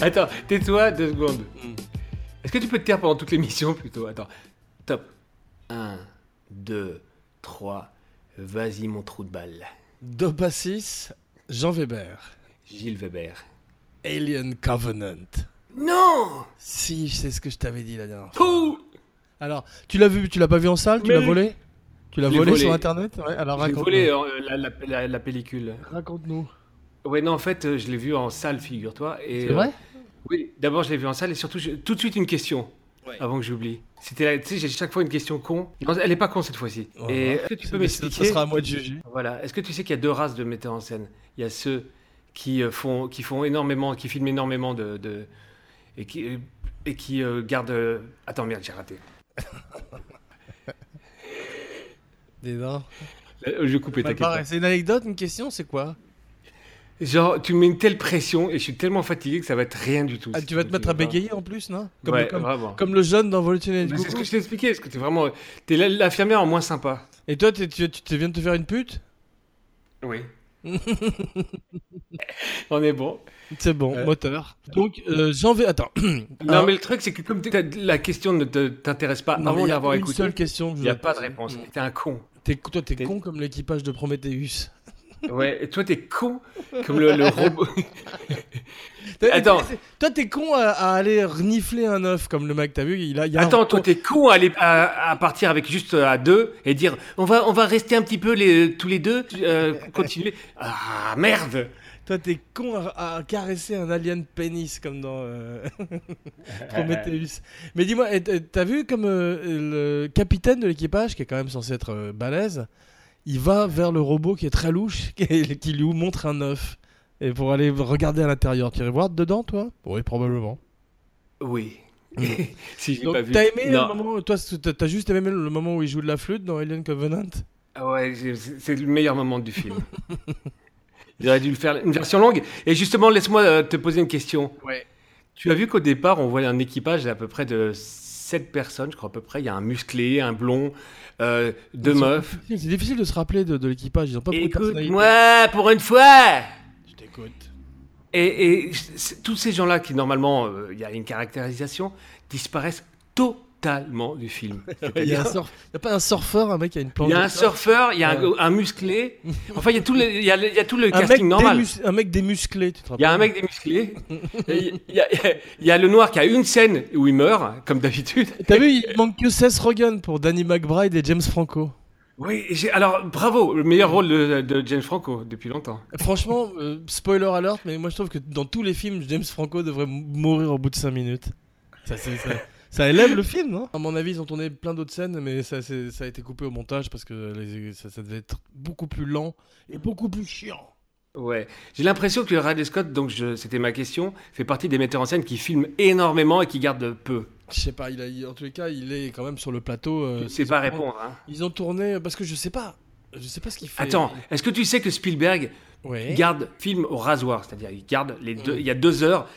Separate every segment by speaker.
Speaker 1: Attends, tais-toi deux secondes.
Speaker 2: Mm.
Speaker 1: Est-ce que tu peux te taire pendant toute l'émission plutôt Attends. Top. 1, 2, 3. Vas-y, mon trou de balle.
Speaker 3: Dopasis, Jean Weber,
Speaker 1: Gilles Weber.
Speaker 3: Alien Covenant.
Speaker 1: Non
Speaker 3: Si, c'est ce que je t'avais dit la dernière fois.
Speaker 1: Pouh
Speaker 3: Alors, tu l'as vu, tu l'as pas vu en salle, tu l'as
Speaker 1: Mais-
Speaker 3: volé Tu l'as
Speaker 1: Je l'ai
Speaker 3: volé,
Speaker 1: volé.
Speaker 3: sur internet Ouais, alors
Speaker 1: J'ai
Speaker 3: raconte-nous.
Speaker 1: volé hein. euh, la, la- la- la pellicule.
Speaker 3: Raconte-nous.
Speaker 1: Ouais, non, en fait, euh, je l'ai vu en salle, figure-toi. et,
Speaker 3: C'est
Speaker 1: euh,
Speaker 3: vrai
Speaker 1: Oui, d'abord je l'ai vu en salle et surtout je- tout de suite une question
Speaker 2: Ouais.
Speaker 1: avant que j'oublie. C'était, la- tu sais, j'ai chaque fois une question con. Non, elle est pas con cette fois-ci.
Speaker 3: Ouais.
Speaker 1: Et est-ce que tu peux
Speaker 3: Mais ça-
Speaker 1: m'expliquer
Speaker 3: Ça sera à moi de juger.
Speaker 1: Voilà. Est-ce que tu sais qu'il y a deux races de metteurs en scène Il y a ceux qui euh, font, qui font énormément, qui filment énormément de, de- et qui et qui euh, gardent. euh, Attends merde, j'ai raté.
Speaker 3: Des dents.
Speaker 1: Là, euh, Je vais couper.
Speaker 3: Bah,
Speaker 1: t'inquiète
Speaker 3: pareil, C'est une anecdote, une question, c'est quoi
Speaker 1: pas. Genre, tu mets une telle pression et je suis tellement fatigué que ça va être rien du tout.
Speaker 3: Ah,
Speaker 1: C'est
Speaker 3: Tu vas te
Speaker 1: tout,
Speaker 3: mettre à
Speaker 1: vois.
Speaker 3: bégayer en plus, non comme,
Speaker 1: Ouais,
Speaker 3: le, comme,
Speaker 1: vraiment.
Speaker 3: comme le jeune dans Volutionnaire
Speaker 1: Mais
Speaker 3: du
Speaker 1: C'est ce
Speaker 3: Coucou.
Speaker 1: que je t'ai expliqué. Parce que t'es vraiment, t'es la- l'infirmière en moins sympa.
Speaker 3: Et toi, t'es- tu, tu, tu viens de te faire une pute
Speaker 1: Oui. On est bon.
Speaker 3: C'est bon,
Speaker 1: Euh.
Speaker 3: moteur. Donc, euh, Jean Weber. Attends.
Speaker 1: Non, mais le truc, c'est que comme t'as- la question ne te- t'intéresse pas
Speaker 3: Non, mais
Speaker 1: avant
Speaker 3: il y a
Speaker 1: d'avoir
Speaker 3: une
Speaker 1: écouté,
Speaker 3: seule question. que je
Speaker 1: il n'y a
Speaker 3: voudrais
Speaker 1: pas de
Speaker 3: poser.
Speaker 1: réponse.
Speaker 3: Mm.
Speaker 1: T'es un con.
Speaker 3: T'es- toi, t'es
Speaker 1: T'es-
Speaker 3: con comme l'équipage de Prometheus.
Speaker 1: Ouais, et toi, t'es con comme le, le robot.
Speaker 3: T'as-
Speaker 1: Attends.
Speaker 3: t'es- Toi, t'es con à, à aller renifler un œuf comme le mec, t'as vu il a, il y a un-
Speaker 1: Attends, toi, t'es con à, aller- à- à partir avec juste euh, à deux et dire on va, on va rester un petit peu les, tous les deux, euh, continuer. Ah, merde
Speaker 3: Toi, t'es con à, à caresser un alien pénis comme dans euh, Prometheus. Mais dis-moi, et- et t'as vu comme euh, le capitaine de l'équipage, qui est quand même censé être euh, balèze, il va vers le robot qui est très louche, qui, est- qui lui montre un œuf. Et pour aller regarder à l'intérieur, tu irais voir dedans, toi Oui, probablement.
Speaker 1: Oui. si je l'ai
Speaker 3: Hmm. Donc,
Speaker 1: pas vu.
Speaker 3: t'as aimé
Speaker 1: Non.
Speaker 3: le moment où- toi, c'est- t'as t'as juste aimé le moment où il joue de la flûte dans Alien Covenant
Speaker 1: Ah Ouais, j'ai- c'est c'est le meilleur moment du film. Ils auraient dû le faire une version longue. Et justement, laisse-moi euh, te poser une question.
Speaker 3: Ouais.
Speaker 1: Tu as vu qu'au départ, on voit un équipage d'à peu près de 7 personnes, je crois à peu près. Il y a un musclé, un blond, euh, deux
Speaker 3: Ils sont
Speaker 1: meufs.
Speaker 3: C'est difficile de se rappeler de, de l'équipage, ils ont pas beaucoup de personnalité.
Speaker 1: Écoute-moi pour une fois
Speaker 3: Je t'écoute.
Speaker 1: Et, et c'est- tous ces gens-là, qui normalement, euh, il y a une caractérisation, disparaissent totalement du film.
Speaker 3: Il y a, un
Speaker 1: C'est-à-dire-
Speaker 3: surf- il y a pas un surfeur, un mec qui a une planche
Speaker 1: Il y a
Speaker 3: de
Speaker 1: un
Speaker 3: surf
Speaker 1: surfeur, il y a un, un musclé. Enfin, il y a tout le, il y a le- il y a tout le casting
Speaker 3: mec
Speaker 1: normal.
Speaker 3: démus- un mec démusclé, tu te rappelles
Speaker 1: Il y a un mec démusclé. et Il y, a- il y a le noir qui a une scène où il meurt, comme d'habitude.
Speaker 3: T'as vu, il manque que Seth Rogen pour Danny McBride et James Franco.
Speaker 1: Oui, j'ai- alors bravo, le meilleur rôle de, de James Franco depuis longtemps.
Speaker 3: Franchement, euh, spoiler alert, mais moi je trouve que dans tous les films, James Franco devrait m- mourir au bout de 5 minutes. Ça, c'est- ça- ça élève le film, non À mon avis, ils ont tourné plein d'autres scènes, mais ça, c'est- ça a été coupé au montage parce que les- ça, ça devait être beaucoup plus lent et beaucoup plus chiant.
Speaker 1: Ouais, j'ai l'impression que Ridley Scott, donc je- c'était ma question, fait partie des metteurs en scène qui filment énormément et qui gardent peu.
Speaker 3: Je sais pas, il a, il- en tous les cas, il est quand même sur le plateau. euh,
Speaker 1: Je sais
Speaker 3: ils
Speaker 1: pas
Speaker 3: ont-
Speaker 1: répondre. hein.
Speaker 3: Ils ont tourné parce que je sais pas. Je sais pas ce qu'il fait.
Speaker 1: Attends, est-ce que tu sais que Spielberg
Speaker 3: Ouais.
Speaker 1: garde film au rasoir, c'est-à-dire il garde les deux, il y a deux heures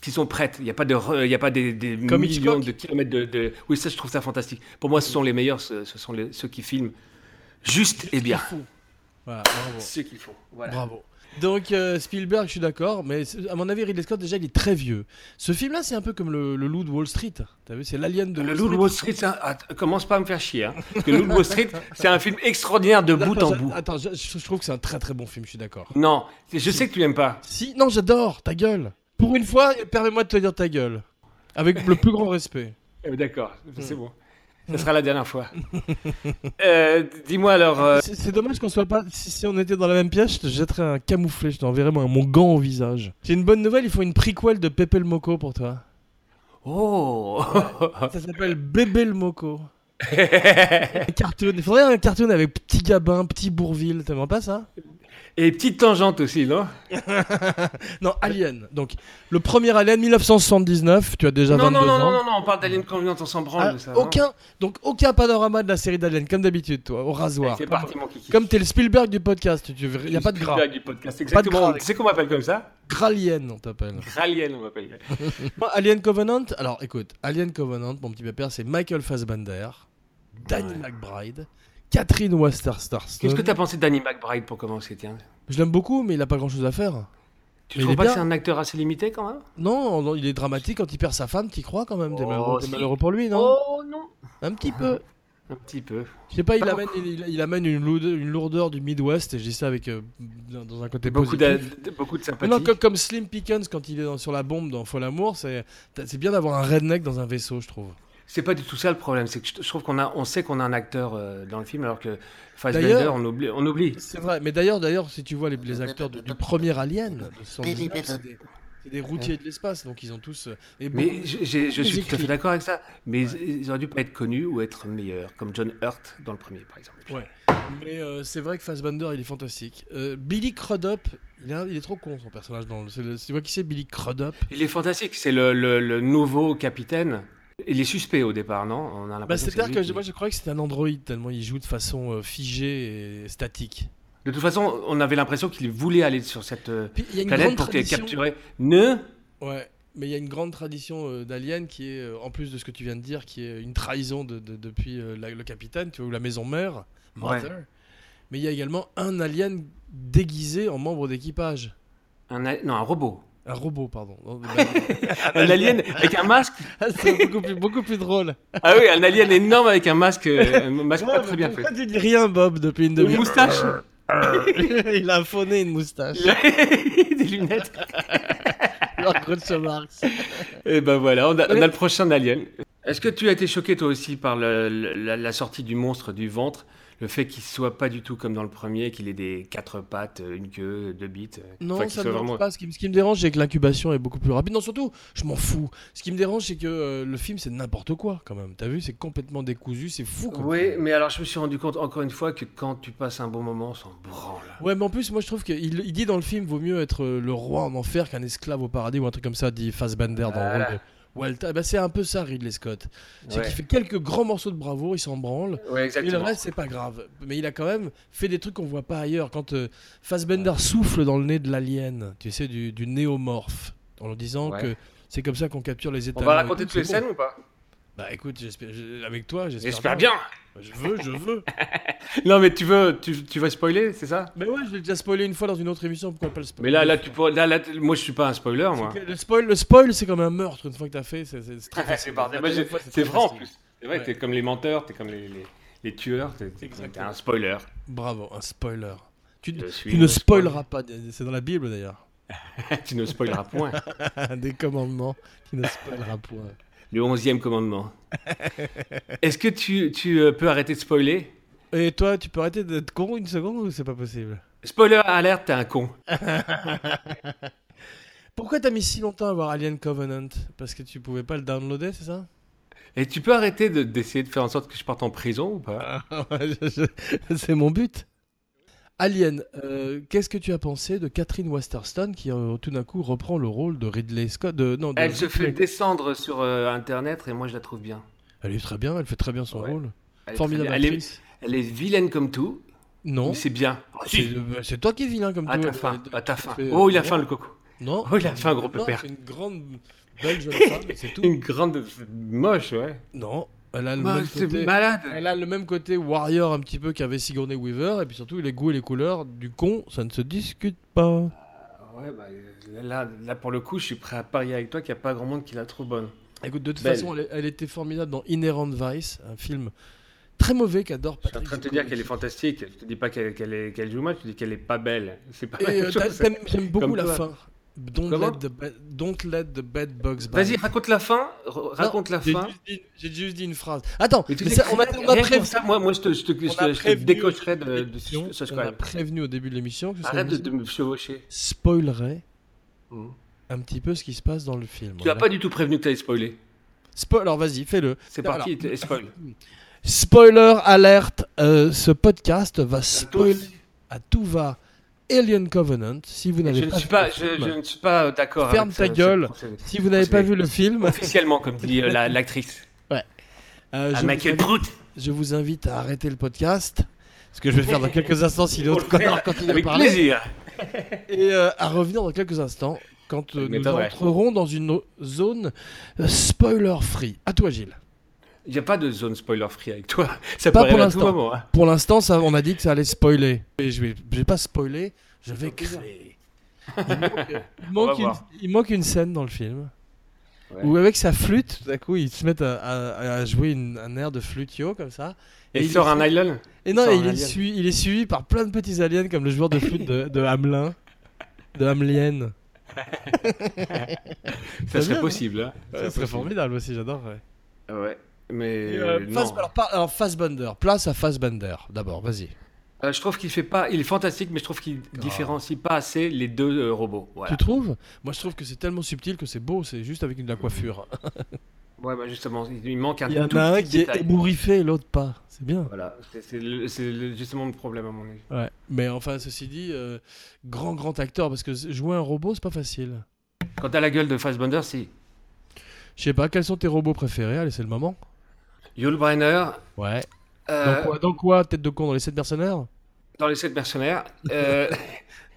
Speaker 1: qui sont prêtes. Il n'y a pas de, re- il y a pas des, des
Speaker 3: Comme
Speaker 1: millions
Speaker 3: Hitchcock.
Speaker 1: de kilomètres de, de- Oui, ça je trouve ça fantastique. Pour moi, ce sont les meilleurs, ce, ce sont les- ceux qui filment juste et bien.
Speaker 3: Voilà, bravo.
Speaker 1: Ceux qui font. Voilà.
Speaker 3: Bravo. Donc euh, Spielberg, je suis d'accord, mais c'est- à mon avis, Ridley Scott déjà, il est très vieux. Ce film-là, c'est un peu comme le, le loup de Wall Street. T'as vu, c'est l'alien de
Speaker 1: Le
Speaker 3: Wall
Speaker 1: Loup de
Speaker 3: Street.
Speaker 1: Wall Street, ça, att- commence pas à me faire chier. hein, parce que Le Loup de Wall Street, c'est un film extraordinaire de bout
Speaker 3: Attends,
Speaker 1: en
Speaker 3: je-
Speaker 1: bout.
Speaker 3: Attends, je, je trouve que c'est un très très bon film. Je suis d'accord.
Speaker 1: Non, je sais que tu n'aimes pas.
Speaker 3: Si, non, j'adore. Ta gueule. Pour une fois, permets-moi de te dire ta gueule, avec le plus grand respect.
Speaker 1: Eh ben, D'accord, c'est bon. Ce sera la dernière fois. Euh, Dis-moi alors. euh,
Speaker 3: C'est c'est dommage qu'on soit pas. Si, si on était dans la même pièce, je te jetterais un camouflet. Je t'enverrais mon, mon gant au visage. J'ai une bonne nouvelle. Ils font une prequel de Pepe le Moco pour toi.
Speaker 1: Oh
Speaker 3: Ça s'appelle Bébé le Moco. un cartoon. Il faudrait un cartoon avec Petit Gabin, Petit Bourville. T'aimes pas ça
Speaker 1: Et petite tangente aussi, non
Speaker 3: Non, Alien. Donc, le premier Alien, 1979. Tu as déjà
Speaker 1: non,
Speaker 3: 22
Speaker 1: non, non,
Speaker 3: ans.
Speaker 1: non, non, non, on parle d'Alien Convenant, on s'en branle
Speaker 3: Ah,
Speaker 1: de ça. non
Speaker 3: aucun, donc, aucun panorama de la série d'Alien, comme d'habitude, toi, au
Speaker 1: Allez,
Speaker 3: rasoir.
Speaker 1: C'est
Speaker 3: Comme-
Speaker 1: parti, mon kiki.
Speaker 3: Comme t'es le Spielberg du podcast, il n'y a pas de gras.
Speaker 1: Feedback du podcast, exactement.
Speaker 3: gras.
Speaker 1: Tu sais qu'on m'appelle comme ça
Speaker 3: Gralien, on t'appelle.
Speaker 1: Gralien, on m'appelle.
Speaker 3: Moi, Alien Covenant, alors écoute, Alien Covenant, mon petit pépère, c'est Michael Fassbender, Danny McBride, Catherine Wester
Speaker 1: Qu'est-ce que t'as pensé d'Annie McBride pour commencer, tiens
Speaker 3: Je l'aime beaucoup, mais il a pas grand chose à faire.
Speaker 1: Tu
Speaker 3: Mais il
Speaker 1: trouves
Speaker 3: est
Speaker 1: pas
Speaker 3: bien.
Speaker 1: que c'est un acteur assez limité quand même
Speaker 3: Non, non, il est dramatique quand il perd sa femme, t'y crois quand même. T'es
Speaker 1: Oh,
Speaker 3: malheureux, t'es
Speaker 1: si.
Speaker 3: malheureux pour lui, non
Speaker 1: Oh non
Speaker 3: Un petit peu.
Speaker 1: Un petit peu.
Speaker 3: Je sais pas, il
Speaker 1: Pas
Speaker 3: amène, il, il- il amène une, lourde- une lourdeur du Midwest, et je dis ça avec, euh, dans dans un côté
Speaker 1: Beaucoup, d'a-
Speaker 3: positif.
Speaker 1: de, beaucoup de sympathie.
Speaker 3: Non, comme, comme Slim Pickens quand il est dans- sur la bombe dans Fol Amour, c'est t'as- c'est bien d'avoir un redneck dans un vaisseau, je trouve.
Speaker 1: C'est pas du tout ça le problème. C'est que je je trouve qu'on a, on sait qu'on a un acteur euh, dans le film, alors que Fassbender,
Speaker 3: D'ailleurs-
Speaker 1: on oublie. On oublie.
Speaker 3: C'est vrai, mais d'ailleurs, d'ailleurs, si tu vois les, les acteurs de- du premier Alien, de 119, c'est des, c'est des routiers de l'espace, donc ils ont tous. euh, et beaucoup-
Speaker 1: Mais j'ai- j'ai- je
Speaker 3: Ils
Speaker 1: suis tout à
Speaker 3: écrivent.
Speaker 1: fait d'accord avec ça. Mais ils auraient dû pas être connus ou être meilleurs, comme John Hurt dans le premier, par exemple.
Speaker 3: Ouais. Mais euh, c'est vrai que Fassbender, il est fantastique. Euh, Billy Crudup, il, est un- il est trop con son personnage. Dans le, c'est le- tu vois qui c'est Billy Crudup
Speaker 1: Il est fantastique. C'est le, le- le nouveau capitaine. Il est suspect au départ, non On a l'impression
Speaker 3: bah,
Speaker 1: que
Speaker 3: C'est-à-dire
Speaker 1: lui
Speaker 3: que
Speaker 1: qui-
Speaker 3: je- moi je croyais que c'était un androïde, tellement il joue de façon euh, figée et statique.
Speaker 1: De toute façon, on avait l'impression qu'il voulait aller sur cette euh,
Speaker 3: Puis, il y a une
Speaker 1: planète
Speaker 3: grande
Speaker 1: pour qu'elle
Speaker 3: tradition-
Speaker 1: capturer. Ne
Speaker 3: Ouais, mais il y a une grande tradition euh, d'Alien qui est, euh, en plus de ce que tu viens de dire, qui est une trahison de- de- depuis euh, la- le capitaine, tu vois, ou la maison mère, Mother. Mais il y a également un Alien déguisé en membre d'équipage.
Speaker 1: un, a- non, un robot.
Speaker 3: Un robot, pardon. Non, bah,
Speaker 1: Un alien avec un masque.
Speaker 3: C'est beaucoup plus, beaucoup plus drôle.
Speaker 1: Ah oui, un alien énorme avec un masque, euh, un masque pas très bien fait.
Speaker 3: Pourquoi tu dis rien, Bob, depuis une
Speaker 1: Une
Speaker 3: demi-heure
Speaker 1: moustache,
Speaker 3: Il a fauné une moustache.
Speaker 1: des lunettes.
Speaker 3: Alors, Groucho Marx.
Speaker 1: Et ben voilà, on a, on a le prochain alien. Est-ce que tu as été choqué toi aussi par le- le- la, la sortie du monstre du ventre Le fait qu'il soit pas du tout comme dans le premier, qu'il ait des quatre pattes, une queue, deux bites euh,
Speaker 3: Non,
Speaker 1: enfin, qu'il
Speaker 3: ça me
Speaker 1: soit
Speaker 3: dérange pas. Ce qui, me- ce qui me dérange, c'est que l'incubation est beaucoup plus rapide. Non, surtout, je m'en fous. Ce qui me dérange, c'est que euh, le film, c'est n'importe quoi, quand même. T'as vu, c'est complètement décousu, c'est fou. comme
Speaker 1: Oui,
Speaker 3: film.
Speaker 1: mais alors je me suis rendu compte encore une fois que quand tu passes un bon moment, on s'en branle.
Speaker 3: Ouais, mais en plus, moi, je trouve qu'il il dit dans le film, vaut mieux être euh, le roi en enfer qu'un esclave au paradis ou un truc comme ça, dit Fassbender dans le
Speaker 1: Voilà.
Speaker 3: rôle de Walter. Eh ben, c'est un peu ça, Ridley Scott. C'est
Speaker 1: Ouais.
Speaker 3: qu'il fait quelques grands morceaux de bravoure, il s'en branle.
Speaker 1: Ouais,
Speaker 3: Et le
Speaker 1: exactement.
Speaker 3: reste, c'est pas grave. Mais il a quand même fait des trucs qu'on voit pas ailleurs. Quand euh, Fassbender souffle dans le nez de l'alien, tu sais, du, du néomorphe, en leur disant
Speaker 1: Ouais.
Speaker 3: que c'est comme ça qu'on capture les
Speaker 1: On
Speaker 3: étalons.
Speaker 1: va
Speaker 3: et
Speaker 1: raconter
Speaker 3: tout,
Speaker 1: toutes les
Speaker 3: c'est
Speaker 1: scènes
Speaker 3: bon.
Speaker 1: ou pas
Speaker 3: Bah écoute, j'espère- je- avec toi, j'espère.
Speaker 1: J'espère bien.
Speaker 3: Je veux, je veux.
Speaker 1: Non, mais tu veux, tu, tu vas spoiler, c'est ça
Speaker 3: Mais ouais, je l'ai déjà spoilé une fois dans une autre émission, pourquoi pas le spoiler
Speaker 1: Mais là, là, tu pourrais, là, là, tu- moi, je suis pas un spoiler, moi.
Speaker 3: Ok, Le spoil, le spoil c'est comme un meurtre une fois que t'as fait, c'est Eh, c'est- c'est très
Speaker 1: C'est
Speaker 3: facile.
Speaker 1: par-
Speaker 3: La
Speaker 1: moi, j'ai-
Speaker 3: deuxième fois,
Speaker 1: c'est
Speaker 3: très
Speaker 1: vrai en
Speaker 3: facile.
Speaker 1: plus. C'est vrai,
Speaker 3: Ouais.
Speaker 1: t'es comme les menteurs, t'es comme les, les, les tueurs, t'es t'es-
Speaker 3: Exactement.
Speaker 1: t'es un spoiler.
Speaker 3: Bravo, un spoiler. Tu,
Speaker 1: Je
Speaker 3: tu
Speaker 1: suis
Speaker 3: ne
Speaker 1: un
Speaker 3: spoileras pas, c'est dans la Bible d'ailleurs.
Speaker 1: tu ne spoileras point.
Speaker 3: Un des commandements, tu ne spoileras point.
Speaker 1: Le onzième commandement. Est-ce que tu, tu euh, peux arrêter de spoiler
Speaker 3: Et toi, tu peux arrêter d'être con une seconde ou c'est pas possible
Speaker 1: Spoiler alerte, t'es un con.
Speaker 3: Pourquoi t'as mis si longtemps à voir Alien Covenant Parce que tu pouvais pas le downloader, c'est ça
Speaker 1: Et tu peux arrêter de- d'essayer de, faire en sorte que je parte en prison ou pas
Speaker 3: Je- je- C'est mon but. Alien, euh, qu'est-ce que tu as pensé de Catherine Westerstone qui euh, tout d'un coup reprend le rôle de Ridley Scott de, non, de-
Speaker 1: Elle se fait descendre sur euh, Internet et moi, je la trouve bien.
Speaker 3: Elle est très bien, elle fait très bien son
Speaker 1: Ouais.
Speaker 3: rôle.
Speaker 1: Elle est
Speaker 3: Formidable
Speaker 1: très bien. Elle est,
Speaker 3: actrice.
Speaker 1: elle est vilaine comme tout,
Speaker 3: Non,
Speaker 1: mais c'est bien. Ah,
Speaker 3: c'est
Speaker 1: si.
Speaker 3: euh, c'est toi qui es vilain comme
Speaker 1: Ah,
Speaker 3: tout.
Speaker 1: t'as
Speaker 3: elle fait-
Speaker 1: faim, ah, t'as faim.
Speaker 3: fait-
Speaker 1: Oh, il a faim, le coco.
Speaker 3: Non,
Speaker 1: Oh, il a fait un gros
Speaker 3: Non,
Speaker 1: pépère.
Speaker 3: c'est une grande belle jeune femme, c'est tout.
Speaker 1: Une grande moche, ouais.
Speaker 3: Non, elle a le
Speaker 1: Moche,
Speaker 3: même
Speaker 1: c'est
Speaker 3: côté.
Speaker 1: malade.
Speaker 3: Elle a le même côté warrior un petit peu qu'avait Sigourney Weaver et puis surtout les goûts et les couleurs du con, ça ne se discute pas.
Speaker 1: Ouais, bah, euh, là, là, pour le coup, je suis prêt à parier avec toi qu'il n'y a pas grand monde qui la trouve bonne.
Speaker 3: Écoute, de toute
Speaker 1: Belle.
Speaker 3: façon, elle, est- elle était formidable dans Inherent Vice, un film très mauvais qu'adore
Speaker 1: Je suis en
Speaker 3: Patrick.
Speaker 1: train de te dire qu'elle est fantastique. Je te dis pas qu'elle qu'elle est- qu'elle joue mal, je te dis qu'elle est pas belle. C'est pas la
Speaker 3: Et
Speaker 1: même
Speaker 3: euh,
Speaker 1: chose.
Speaker 3: t'a- t'aimes t'aimes beaucoup
Speaker 1: Comme
Speaker 3: la
Speaker 1: toi.
Speaker 3: fin. Don't
Speaker 1: Comment
Speaker 3: let, the ba- don't let the bad bugs bite.
Speaker 1: Vas-y, raconte la fin. r- raconte la
Speaker 3: J'ai
Speaker 1: fin.
Speaker 3: juste dit- J'ai juste dit une phrase. Attends, mais
Speaker 1: tu sais
Speaker 3: ça,
Speaker 1: que
Speaker 3: on a,
Speaker 1: rien-
Speaker 3: on a
Speaker 1: rien que
Speaker 3: prévu.
Speaker 1: pour ça, moi, moi, je te, je te, je
Speaker 3: on
Speaker 1: te- je
Speaker 3: a
Speaker 1: te
Speaker 3: prévenu
Speaker 1: décocherais
Speaker 3: au
Speaker 1: de,
Speaker 3: début
Speaker 1: de,
Speaker 3: de
Speaker 1: de ce
Speaker 3: l'émission,
Speaker 1: ce- ce-
Speaker 3: on a
Speaker 1: ce-
Speaker 3: prévenu au début de l'émission que ce serait
Speaker 1: Arrête de,
Speaker 3: une émission
Speaker 1: de me chevaucher.
Speaker 3: qui spoilerait
Speaker 1: Mhm.
Speaker 3: un petit peu ce qui se passe dans le film.
Speaker 1: Tu n'as
Speaker 3: Voilà.
Speaker 1: pas du tout prévenu que tu allais spoiler.
Speaker 3: Spo- Alors vas-y, fais-le.
Speaker 1: C'est
Speaker 3: Alors,
Speaker 1: parti, t'es- spoil.
Speaker 3: Spoiler alerte, euh, ce podcast va spoiler
Speaker 1: Toi,
Speaker 3: à tout va Alien Covenant. Si vous
Speaker 1: Je
Speaker 3: n'avez
Speaker 1: ne
Speaker 3: pas,
Speaker 1: suis pas,
Speaker 3: vu le
Speaker 1: je, je
Speaker 3: film-
Speaker 1: ne suis pas d'accord.
Speaker 3: Ferme
Speaker 1: avec
Speaker 3: ta
Speaker 1: ce- ce
Speaker 3: gueule.
Speaker 1: procédé.
Speaker 3: si vous n'avez pas vu le film,
Speaker 1: Officiellement, comme dit euh, la- l'actrice.
Speaker 3: euh,
Speaker 1: à
Speaker 3: je, vous
Speaker 1: Ah, Michael
Speaker 3: invite,
Speaker 1: Prout.
Speaker 3: je vous invite à arrêter le podcast. Ce que je vais faire dans quelques instants si l'autre connard continue à
Speaker 1: Avec
Speaker 3: parler.
Speaker 1: plaisir.
Speaker 3: Et euh, à revenir dans quelques instants quand
Speaker 1: Ça
Speaker 3: euh, nous
Speaker 1: m'étonnerait.
Speaker 3: entrerons dans une o- zone euh, spoiler free. À toi, Gilles.
Speaker 1: Il n'y a pas de zone spoiler free avec toi. Ça
Speaker 3: Pas
Speaker 1: peut
Speaker 3: pour
Speaker 1: arriver à tout
Speaker 3: l'instant.
Speaker 1: moment. hein.
Speaker 3: Pour l'instant, ça- on a dit que ça allait spoiler. Et je vais, je vais pas spoiler, je vais
Speaker 1: plaisir.
Speaker 3: créer. Il manque,
Speaker 1: On
Speaker 3: il
Speaker 1: va
Speaker 3: manque une,
Speaker 1: voir.
Speaker 3: il manque une scène dans le film
Speaker 1: Ouais.
Speaker 3: où, avec sa flûte, tout à coup, ils se mettent à, à- à jouer une- un air de flutio comme ça.
Speaker 1: Et il
Speaker 3: est
Speaker 1: sort un
Speaker 3: su-
Speaker 1: nylon
Speaker 3: Et non,
Speaker 1: sort
Speaker 3: il
Speaker 1: un
Speaker 3: est,
Speaker 1: alien.
Speaker 3: suivi, il est suivi par plein de petits aliens comme le joueur de flûte de, de Hamelin, de Hamelien.
Speaker 1: Ça serait
Speaker 3: bien,
Speaker 1: possible. hein.
Speaker 3: Ça serait
Speaker 1: possible.
Speaker 3: formidable aussi, j'adore. ouais.
Speaker 1: Ouais. Mais
Speaker 3: Et, euh,
Speaker 1: non.
Speaker 3: Fass- alors, par- alors, Fassbender, place à Fassbender d'abord, vas-y.
Speaker 1: Euh, je trouve qu'il fait pas. Il est fantastique, mais je trouve qu'il différencie pas assez les deux euh, robots. Voilà.
Speaker 3: Tu trouves Moi je trouve que c'est tellement subtil que c'est beau, c'est juste avec une de la coiffure.
Speaker 1: Ouais, bah, justement, il il manque un
Speaker 3: Il y en
Speaker 1: tout
Speaker 3: a un
Speaker 1: petit
Speaker 3: qui est
Speaker 1: détail.
Speaker 3: ébouriffé et l'autre pas, c'est bien.
Speaker 1: Voilà, c'est- c'est le- c'est le- justement le problème à mon avis.
Speaker 3: Ouais. Mais enfin, ceci dit, euh, grand grand acteur, parce que jouer un robot c'est pas facile.
Speaker 1: Quant à la gueule de Fassbender, si.
Speaker 3: Je sais pas, quels sont tes robots préférés Allez, c'est le moment.
Speaker 1: Yul Brenner,
Speaker 3: Ouais.
Speaker 1: euh,
Speaker 3: Dans quoi, dans quoi Tête de con dans les 7 mercenaires
Speaker 1: dans les 7 mercenaires. euh,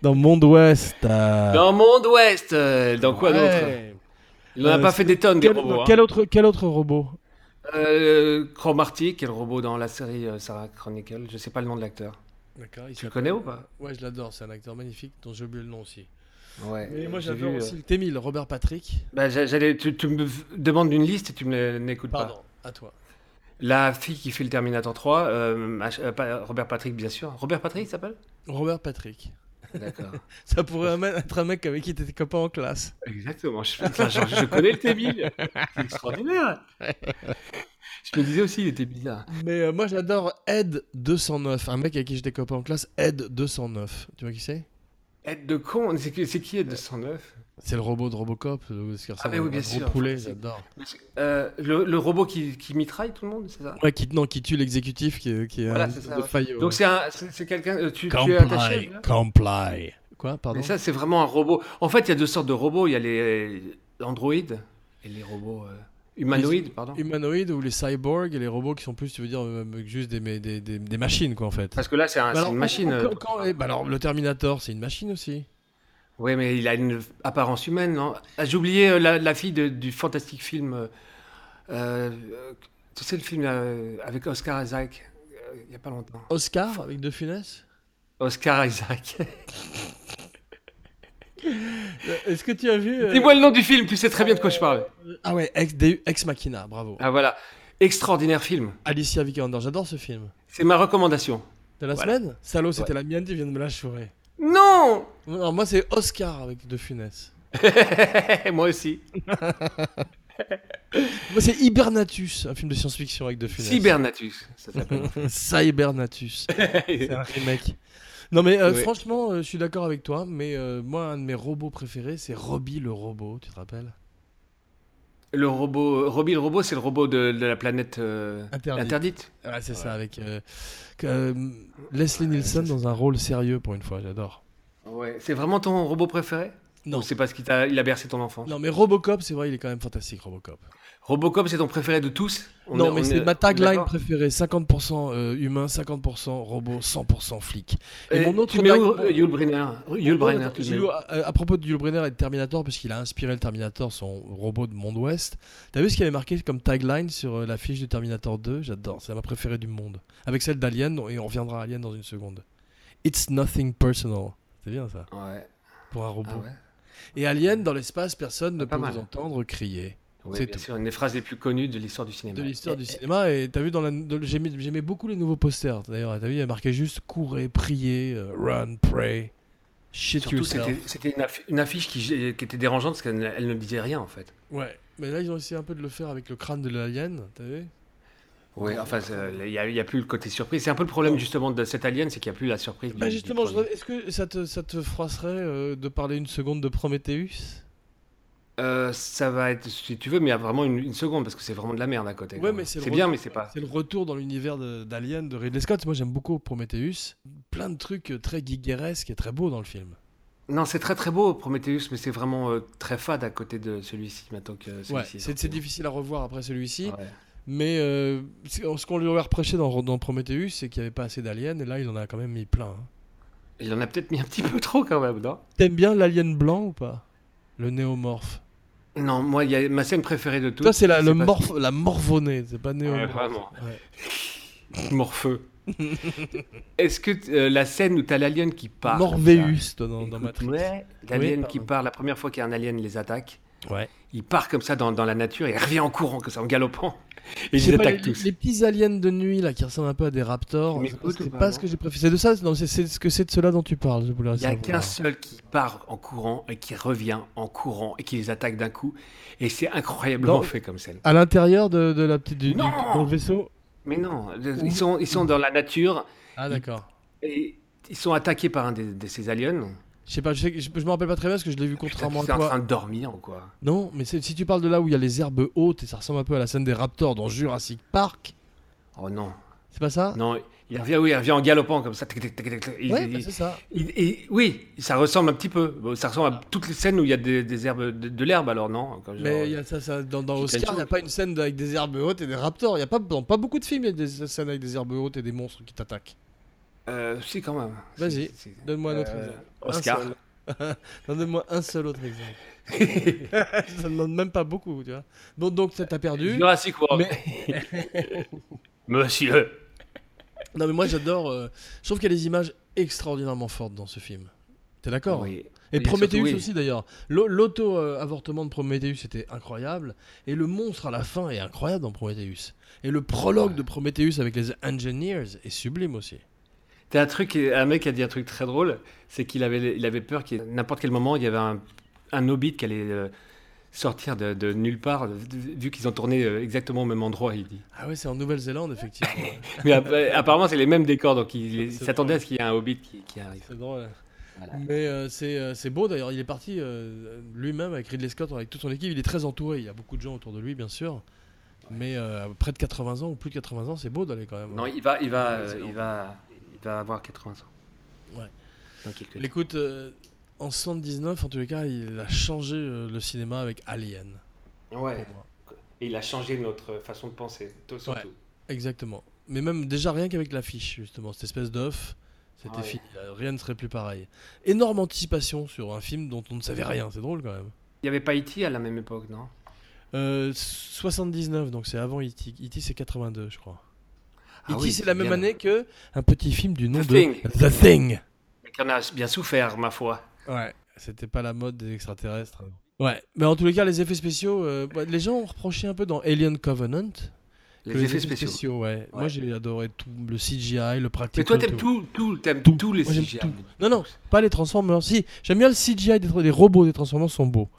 Speaker 3: Dans Monde Ouest. euh,
Speaker 1: dans Monde Ouest, euh, dans quoi d'autre
Speaker 3: ouais.
Speaker 1: Il n'en a
Speaker 3: Euh,
Speaker 1: pas fait des tonnes des
Speaker 3: quel,
Speaker 1: robots. hein.
Speaker 3: quel autre, quel autre robot
Speaker 1: Euh, Cromarty, quel robot dans la série euh, Sarah Chronicle Je sais pas le nom de l'acteur.
Speaker 3: D'accord,
Speaker 1: Tu le connais ou pas
Speaker 3: Ouais, je l'adore, c'est un acteur magnifique dont j'ai oublié le nom aussi.
Speaker 1: Ouais.
Speaker 3: Mais moi
Speaker 1: j'ai
Speaker 3: j'adore
Speaker 1: vu, euh,
Speaker 3: aussi le Témil, Robert Patrick.
Speaker 1: bah, j'a- j'allais- tu, tu me f- demandes une liste et tu me n'écoutes pas.
Speaker 3: Pardon, à toi.
Speaker 1: La fille qui fait le Terminator 3, euh, H- euh, pas- Robert Patrick, bien sûr. Robert Patrick, il s'appelle
Speaker 3: Robert Patrick.
Speaker 1: D'accord.
Speaker 3: Ça pourrait même être un mec avec qui t'étais copain en classe.
Speaker 1: Exactement. Je, fais- enfin, genre, je connais le Tébil. C'est extraordinaire. Je me disais aussi, il était bizarre.
Speaker 3: Mais euh, moi j'adore Ed 209, un mec avec qui j'étais copain en classe, Ed 209. Tu vois qui c'est
Speaker 1: Aide de con, c'est qui, c'est qui Aide de 109
Speaker 3: C'est le robot de Robocop, euh, ce qui ressemble
Speaker 1: Ah, mais oui,
Speaker 3: à un
Speaker 1: bien
Speaker 3: gros
Speaker 1: sûr.
Speaker 3: poulet, j'adore.
Speaker 1: Euh, le, le robot qui, qui mitraille tout le monde, c'est ça
Speaker 3: Ouais, qui, non, qui tue l'exécutif, qui, est- qui est
Speaker 1: Voilà,
Speaker 3: un
Speaker 1: c'est ça,
Speaker 3: de
Speaker 1: ouais.
Speaker 3: faillot.
Speaker 1: Donc c'est un- c'est c'est quelqu'un. euh, Tu, tu es attaché
Speaker 3: comply,
Speaker 1: là
Speaker 3: comply. Quoi, pardon
Speaker 1: Mais ça, c'est vraiment un robot. En fait, il y a deux sortes de robots. Il y a les euh, androïdes et les robots euh, humanoïdes, pardon.
Speaker 3: Humanoïdes ou les cyborgs et les robots qui sont plus, tu veux dire, euh, que juste des, mais des, des- des machines, quoi, en fait.
Speaker 1: Parce que là, c'est un-
Speaker 3: Bah
Speaker 1: c'est
Speaker 3: alors,
Speaker 1: une machine.
Speaker 3: quand-
Speaker 1: euh,
Speaker 3: quand- quand- eh, bah alors, le Terminator, c'est une machine aussi.
Speaker 1: Oui, mais il a une apparence humaine, non Ah, J'ai oublié euh, la, la fille de- du fantastique film. euh, euh, tu sais, le film euh, avec Oscar Isaac, euh, il n'y a pas longtemps.
Speaker 3: Oscar, avec De Funès
Speaker 1: Oscar Isaac.
Speaker 3: Euh, Est-ce que tu as vu... euh,
Speaker 1: Dis-moi le nom du film, tu sais très bien de quoi je parle.
Speaker 3: Ah ouais, Ex, DU Ex Machina, bravo.
Speaker 1: Ah voilà, extraordinaire film.
Speaker 3: Alicia Vikander, j'adore ce film.
Speaker 1: C'est ma recommandation.
Speaker 3: De la
Speaker 1: Voilà.
Speaker 3: semaine Salaud, c'était la mienne, tu viens de me la chourer.
Speaker 1: Non
Speaker 3: Non, moi, c'est Oscar avec De Funès.
Speaker 1: Moi aussi.
Speaker 3: Moi, c'est Hibernatus, un film de science-fiction avec De Funès.
Speaker 1: Cybernatus, ça s'appelle.
Speaker 3: Cybernatus. C'est un remake. Non mais euh,
Speaker 1: Ouais.
Speaker 3: franchement, euh, je suis d'accord avec toi, mais euh, moi, un de mes robots préférés, c'est Robbie le robot, tu te rappelles
Speaker 1: le robot, euh, Robbie le robot, c'est le robot de, de la planète euh,
Speaker 3: Interdite.
Speaker 1: interdite.
Speaker 3: Ah, c'est ça, avec euh, que, euh, Leslie Nielsen dans un rôle sérieux pour une fois, j'adore.
Speaker 1: Ouais. C'est vraiment ton robot préféré
Speaker 3: Non.
Speaker 1: Ou c'est parce qu'il a, il a bercé ton enfant
Speaker 3: Non mais Robocop, c'est vrai, il est quand même fantastique, Robocop.
Speaker 1: Robocop, c'est ton préféré de tous On est-
Speaker 3: non mais
Speaker 1: on
Speaker 3: c'est
Speaker 1: est-
Speaker 3: ma tagline
Speaker 1: d'accord
Speaker 3: préférée, 50% euh, humain, 50% robot, 100% flic. Et
Speaker 1: Et
Speaker 3: mon autre
Speaker 1: tu mets où,
Speaker 3: tagline-
Speaker 1: euh, Yul Brynner Yul
Speaker 3: Ouais,
Speaker 1: Brynner,
Speaker 3: attends,
Speaker 1: tu
Speaker 3: j'ai
Speaker 1: le mets
Speaker 3: lu
Speaker 1: où
Speaker 3: à, à- à propos de Yul Brynner et de Terminator, parce qu'il a inspiré le Terminator, son robot de monde ouest. T'as vu ce qu'il avait marqué comme tagline sur euh, l'affiche du Terminator 2 J'adore, c'est ma préférée du monde. Avec celle d'Alien, et on reviendra à Alien dans une seconde. It's nothing personal. C'est bien ça,
Speaker 1: Ouais.
Speaker 3: pour un
Speaker 1: Ah
Speaker 3: robot.
Speaker 1: ouais.
Speaker 3: Et Alien, dans l'espace, personne ne
Speaker 1: Pas
Speaker 3: peut
Speaker 1: mal.
Speaker 3: vous entendre crier.
Speaker 1: Ouais,
Speaker 3: C'est
Speaker 1: bien
Speaker 3: tout.
Speaker 1: sûr, une des phrases les plus connues de l'histoire du cinéma.
Speaker 3: De l'histoire du cinéma, et t'as vu dans la. dans- J'aimais j'aimais beaucoup les nouveaux posters, d'ailleurs. T'as vu, il y a marqué juste courez, priez, euh, run, pray. Shit
Speaker 1: Surtout,
Speaker 3: yourself.
Speaker 1: c'était c'était une, affi- une affiche qui, euh, qui était dérangeante parce qu'elle elle ne disait rien en fait.
Speaker 3: Ouais, mais là ils ont essayé un peu de le faire avec le crâne de l'alien, t'as vu
Speaker 1: Ouais, enfin, c'est- il n'y a, il y a plus le côté surprise. C'est un peu le problème justement de cette alien, c'est qu'il n'y a plus la surprise. du-
Speaker 3: Bah
Speaker 1: du
Speaker 3: justement, je
Speaker 1: premier.
Speaker 3: rev- est-ce que ça te, ça te froisserait euh, de parler une seconde de Prometheus
Speaker 1: Euh, ça va être, si tu veux, mais il y a vraiment une, une seconde parce que c'est vraiment de la merde à côté.
Speaker 3: Ouais,
Speaker 1: quand même.
Speaker 3: mais c'est le
Speaker 1: c'est bien,
Speaker 3: retour.
Speaker 1: mais c'est pas.
Speaker 3: Ah. C'est le retour dans l'univers de- d'Alien de Ridley Scott. Moi j'aime beaucoup Prometheus. Plein de trucs euh, très guigueresques et très beaux dans le film.
Speaker 1: Non, c'est très très beau Prometheus, mais c'est vraiment euh, très fade à côté de celui-ci maintenant que euh, celui-ci.
Speaker 3: Ouais,
Speaker 1: est
Speaker 3: c'est
Speaker 1: sorti.
Speaker 3: c'est difficile à revoir après celui-ci.
Speaker 1: Ouais.
Speaker 3: Mais euh, c'est- ce qu'on lui aurait reproché dans, dans Prometheus, c'est qu'il n'y avait pas assez d'aliens et là il en a quand même mis plein. hein.
Speaker 1: Il en a peut-être mis un petit peu trop quand même, non
Speaker 3: T'aimes bien l'alien blanc ou pas Le néomorphe.
Speaker 1: Non, moi, il y a ma scène préférée de toutes.
Speaker 3: Toi c'est la, le
Speaker 1: pas-
Speaker 3: morph- la morvonnée, c'est pas néomorphe.
Speaker 1: vraiment.
Speaker 3: Ouais.
Speaker 1: Morpheux. Est-ce que euh, la scène où t'as l'alien qui parle
Speaker 3: Morpheus, toi, dans, dans
Speaker 1: Écoute,
Speaker 3: Matrix.
Speaker 1: ouais, l'alien
Speaker 3: Oui,
Speaker 1: qui
Speaker 3: pardon.
Speaker 1: part, la première fois qu'un alien les attaque,
Speaker 3: Ouais.
Speaker 1: il part comme ça dans, dans la nature et il revient en courant, comme ça, en galopant. Et
Speaker 3: Je
Speaker 1: ils
Speaker 3: sais
Speaker 1: les
Speaker 3: pas,
Speaker 1: attaquent
Speaker 3: les,
Speaker 1: tous.
Speaker 3: les petits aliens de nuit là qui ressemblent un peu à des raptors,
Speaker 1: Tu
Speaker 3: c'est pas,
Speaker 1: m'écoutes
Speaker 3: c'est
Speaker 1: ou
Speaker 3: pas
Speaker 1: pas,
Speaker 3: ce que j'ai préféré. C'est de ça, non, c'est c'est ce que c'est de cela dont tu parles. Je voulais
Speaker 1: Il n'y a
Speaker 3: savoir.
Speaker 1: qu'un seul qui part en courant et qui revient en courant et qui les attaque d'un coup. Et c'est incroyablement
Speaker 3: Non.
Speaker 1: fait comme scène.
Speaker 3: À l'intérieur de, de la petite du, du-
Speaker 1: Non
Speaker 3: dans le vaisseau.
Speaker 1: Mais non, le- ils sont, ils sont dans la nature
Speaker 3: Ah d'accord.
Speaker 1: et ils sont attaqués par un des- de ces aliens.
Speaker 3: Je sais pas, je, sais que- je, je me rappelle pas très bien parce que je l'ai vu
Speaker 1: Putain,
Speaker 3: contrairement à
Speaker 1: C'est en train
Speaker 3: toi.
Speaker 1: de dormir ou quoi
Speaker 3: Non, mais c'est- si tu parles de là où il y a les herbes hautes et ça ressemble un peu à la scène des raptors dans Jurassic Park,
Speaker 1: Oh non.
Speaker 3: c'est pas ça
Speaker 1: Non, il revient, oui, il revient en galopant comme ça. Tic, tic, tic, tic, tic. Il-
Speaker 3: Ouais,
Speaker 1: il-
Speaker 3: bah, c'est ça.
Speaker 1: il- il- oui, ça ressemble un petit peu. Bon, Ça ressemble à toutes les scènes où il y a des, des herbes, de, de l'herbe alors, non Comme genre-
Speaker 3: Mais il y a ça, ça- dans, dans
Speaker 1: Titan
Speaker 3: Oscar, il n'y a
Speaker 1: Jones.
Speaker 3: pas une scène avec des herbes hautes et des raptors. Il y a pas dans pas beaucoup de films, il y a des scènes avec des herbes hautes et des monstres qui t'attaquent.
Speaker 1: Euh, si, quand même.
Speaker 3: Vas-y.
Speaker 1: Si, si, si.
Speaker 3: Donne-moi un autre
Speaker 1: Euh,
Speaker 3: exemple. Un
Speaker 1: Oscar.
Speaker 3: seul. Non, Donne-moi un seul autre exemple. ça ne demande même pas beaucoup, tu vois. Bon, donc ça t'as perdu.
Speaker 1: Jurassic World. Monsieur.
Speaker 3: Non, mais moi j'adore. euh, Je trouve qu'il y a des images extraordinairement fortes dans ce film. T'es d'accord
Speaker 1: Oui.
Speaker 3: Et
Speaker 1: Il y a
Speaker 3: Prometheus
Speaker 1: surtout, oui.
Speaker 3: aussi d'ailleurs. L'au- L'auto-avortement de Prometheus était incroyable. Et le monstre à la fin est incroyable dans Prometheus. Et le prologue de Prometheus avec les Engineers est sublime aussi.
Speaker 1: T'as un truc, un mec a dit un truc très drôle, c'est qu'il avait, il avait peur qu'à n'importe quel moment, il y avait un, un hobbit qui allait euh, sortir de, de nulle part, v- vu qu'ils ont tourné euh, exactement au même endroit, il dit.
Speaker 3: Ah ouais, c'est en Nouvelle-Zélande effectivement.
Speaker 1: Mais app- apparemment, c'est les mêmes décors, donc il, il
Speaker 3: C'est
Speaker 1: s'attendait à ce qu'il y ait un hobbit qui, qui arrive.
Speaker 3: c'est drôle.
Speaker 1: Voilà.
Speaker 3: Mais euh, c'est euh, c'est beau d'ailleurs, il est parti euh, lui-même avec Ridley Scott, avec toute son équipe, il est très entouré, il y a beaucoup de gens autour de lui bien sûr. Mais euh, près de 80 ans ou plus de 80 ans, c'est beau d'aller quand même.
Speaker 1: Non, il va, il va,
Speaker 3: Ouais, c'est
Speaker 1: euh,
Speaker 3: long.
Speaker 1: il va, il va avoir 80 ans.
Speaker 3: Ouais.
Speaker 1: Dans quelques-
Speaker 3: L'écoute, euh, en 79, en tous les cas, il a changé euh, le cinéma avec Alien.
Speaker 1: Ouais.
Speaker 3: pour moi.
Speaker 1: Et il a changé notre façon de penser, t- surtout.
Speaker 3: Exactement. Mais même déjà rien qu'avec l'affiche, justement, cette espèce d'œuf, c'était
Speaker 1: Ouais.
Speaker 3: fini. là, Rien ne serait plus pareil. Énorme anticipation sur un film dont on ne savait rien, c'est drôle quand même.
Speaker 1: Il n'y avait pas E.T. à la même époque, non
Speaker 3: Euh, 79, donc c'est avant E E.T. E.T. c'est 82, je crois.
Speaker 1: Ah
Speaker 3: E.T.
Speaker 1: oui,
Speaker 3: c'est la
Speaker 1: bien.
Speaker 3: même année que un petit film du nom
Speaker 1: The
Speaker 3: de
Speaker 1: Thing.
Speaker 3: The Thing.
Speaker 1: Mais Qui en a bien souffert, ma foi.
Speaker 3: Ouais, c'était pas la mode des extraterrestres. hein. Ouais, mais en tous les cas, les effets spéciaux, euh, bah, les gens ont reproché un peu dans Alien Covenant. que
Speaker 1: Les, effets spéciaux.
Speaker 3: ouais. Moi, j'ai adoré tout, le CGI, le
Speaker 1: Mais
Speaker 3: practical.
Speaker 1: toi, t'aimes tout, tout, t'aimes
Speaker 3: Tout.
Speaker 1: tous les
Speaker 3: Moi, j'aime
Speaker 1: CGI.
Speaker 3: tout. Non, non, pas les Transformers. Si, j'aime bien le CGI, des, les robots des Transformers sont beaux.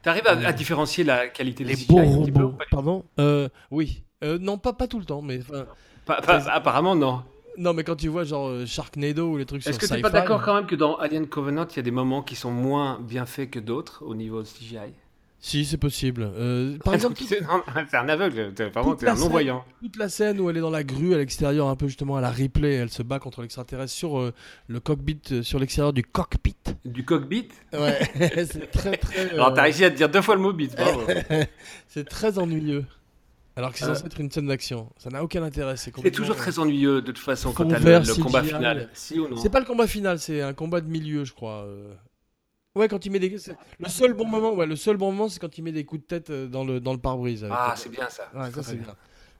Speaker 1: T'arrives à, à différencier la qualité des
Speaker 3: Euh, Les
Speaker 1: CGI
Speaker 3: beaux
Speaker 1: un petit peu
Speaker 3: robots,
Speaker 1: ou pas
Speaker 3: pardon euh, Oui. Euh, non, pas, pas tout le temps, mais... enfin,
Speaker 1: Pas- pas- Apparemment, non.
Speaker 3: Non, mais quand tu vois genre euh, Sharknado ou les trucs sur
Speaker 1: Est-ce que t'es
Speaker 3: Sci-Fi,
Speaker 1: pas d'accord quand même que dans Alien Covenant, il y a des moments qui sont moins bien faits que d'autres au niveau CGI
Speaker 3: Si, c'est possible. Euh, par
Speaker 1: Parce que
Speaker 3: exemple,
Speaker 1: tu sais, non, c'est un aveugle, t'es- vraiment,
Speaker 3: Toute
Speaker 1: t'es
Speaker 3: la
Speaker 1: un
Speaker 3: scène.
Speaker 1: non-voyant.
Speaker 3: toute la scène où elle est dans la grue à l'extérieur, un peu justement à la replay, elle se bat contre l'extraterrestre sur euh, le cockpit, euh, sur l'extérieur du cockpit.
Speaker 1: Du cockpit
Speaker 3: Ouais, c'est très très.
Speaker 1: Alors,
Speaker 3: euh,
Speaker 1: t'as réussi à te dire deux fois le mot bit, bravo.
Speaker 3: c'est très ennuyeux. Alors que c'est
Speaker 1: Euh.
Speaker 3: censé être une scène d'action. Ça n'a aucun intérêt. C'est
Speaker 1: C'est
Speaker 3: complètement- euh,
Speaker 1: toujours très ennuyeux, de toute façon, quand
Speaker 3: Faut
Speaker 1: t'as le,
Speaker 3: faire
Speaker 1: le combat
Speaker 3: CGI.
Speaker 1: final. Si ou non
Speaker 3: C'est pas le combat final, c'est un combat de milieu, je crois. euh. Ouais, quand il met des. c'est- Le seul bon moment, ouais, le seul bon moment, c'est quand il met des coups de tête euh, dans le dans le pare-brise. avec
Speaker 1: Ah,
Speaker 3: le-
Speaker 1: c'est bien ça.
Speaker 3: Ouais, ça
Speaker 1: Très
Speaker 3: c'est bien.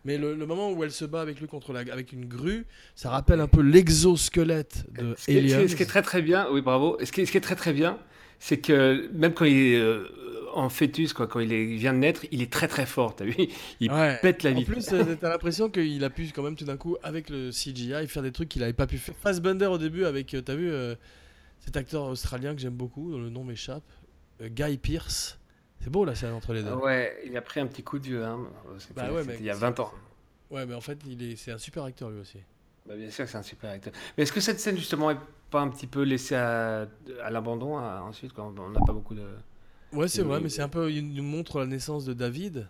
Speaker 3: Mais le, le moment où elle se bat avec lui contre la, avec une grue, ça rappelle un peu l'exosquelette de
Speaker 1: Ce qui, est- ce qui
Speaker 3: Alien.
Speaker 1: est- ce qui est très très bien, oui bravo. Ce qui, est- ce qui est très très bien, c'est que même quand il est euh, en fœtus, quoi, quand il, est- il vient de naître, il est très très fort. T'as vu Il
Speaker 3: Ouais.
Speaker 1: pète la
Speaker 3: En
Speaker 1: vie.
Speaker 3: plus, euh, t'as l'impression qu'il a pu quand même tout d'un coup, avec le CGI, faire des trucs qu'il avait pas pu faire. Fassbender au début, avec, euh, t'as vu, euh, cet acteur australien que j'aime beaucoup, dont le nom m'échappe, euh, Guy Pierce. C'est beau la scène entre les deux.
Speaker 1: Ah
Speaker 3: ouais.
Speaker 1: ouais, il a pris un petit coup de vieux. Hein. C'était
Speaker 3: Bah ouais,
Speaker 1: c'était
Speaker 3: mais-
Speaker 1: il y a 20 ans.
Speaker 3: mais en fait, il est, c'est un super acteur lui aussi.
Speaker 1: Bah, bien sûr que c'est un super acteur. Mais est-ce que cette scène justement est pas un petit peu laissée à, à l'abandon à- ensuite quand on n'a pas beaucoup de.
Speaker 3: Ouais, c'est
Speaker 1: Oui.
Speaker 3: vrai, mais c'est un peu, il nous montre la naissance de David.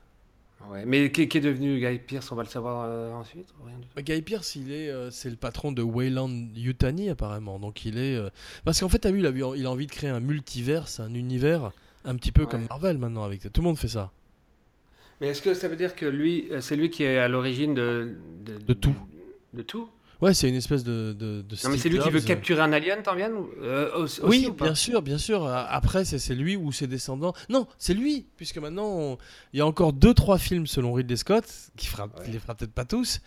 Speaker 1: Ouais. Mais qui, qui est devenu Guy Pierce On va le savoir euh, ensuite ou rien du tout
Speaker 3: Bah, Guy Pierce, il est, euh, c'est le patron de Wayland Yutani apparemment. Donc il est, euh, parce qu'en fait, t'as vu, il a, vu- il a envie de créer un multiverse, un univers, un petit peu
Speaker 1: Ouais.
Speaker 3: comme Marvel maintenant avec tout le monde fait ça.
Speaker 1: Mais est-ce que ça veut dire que lui, euh, c'est lui qui est à l'origine de,
Speaker 3: De tout.
Speaker 1: De tout
Speaker 3: Ouais, c'est une espèce de. de, de
Speaker 1: non, mais c'est lui qui veut capturer un alien, t'en viens euh, aussi,
Speaker 3: euh. Oui,
Speaker 1: ou pas
Speaker 3: bien sûr, bien sûr. Après, c'est c'est lui ou ses descendants. Non, c'est lui, puisque maintenant, on- il y a encore deux, trois films selon Ridley Scott, qui fera, il les fera peut-être pas tous,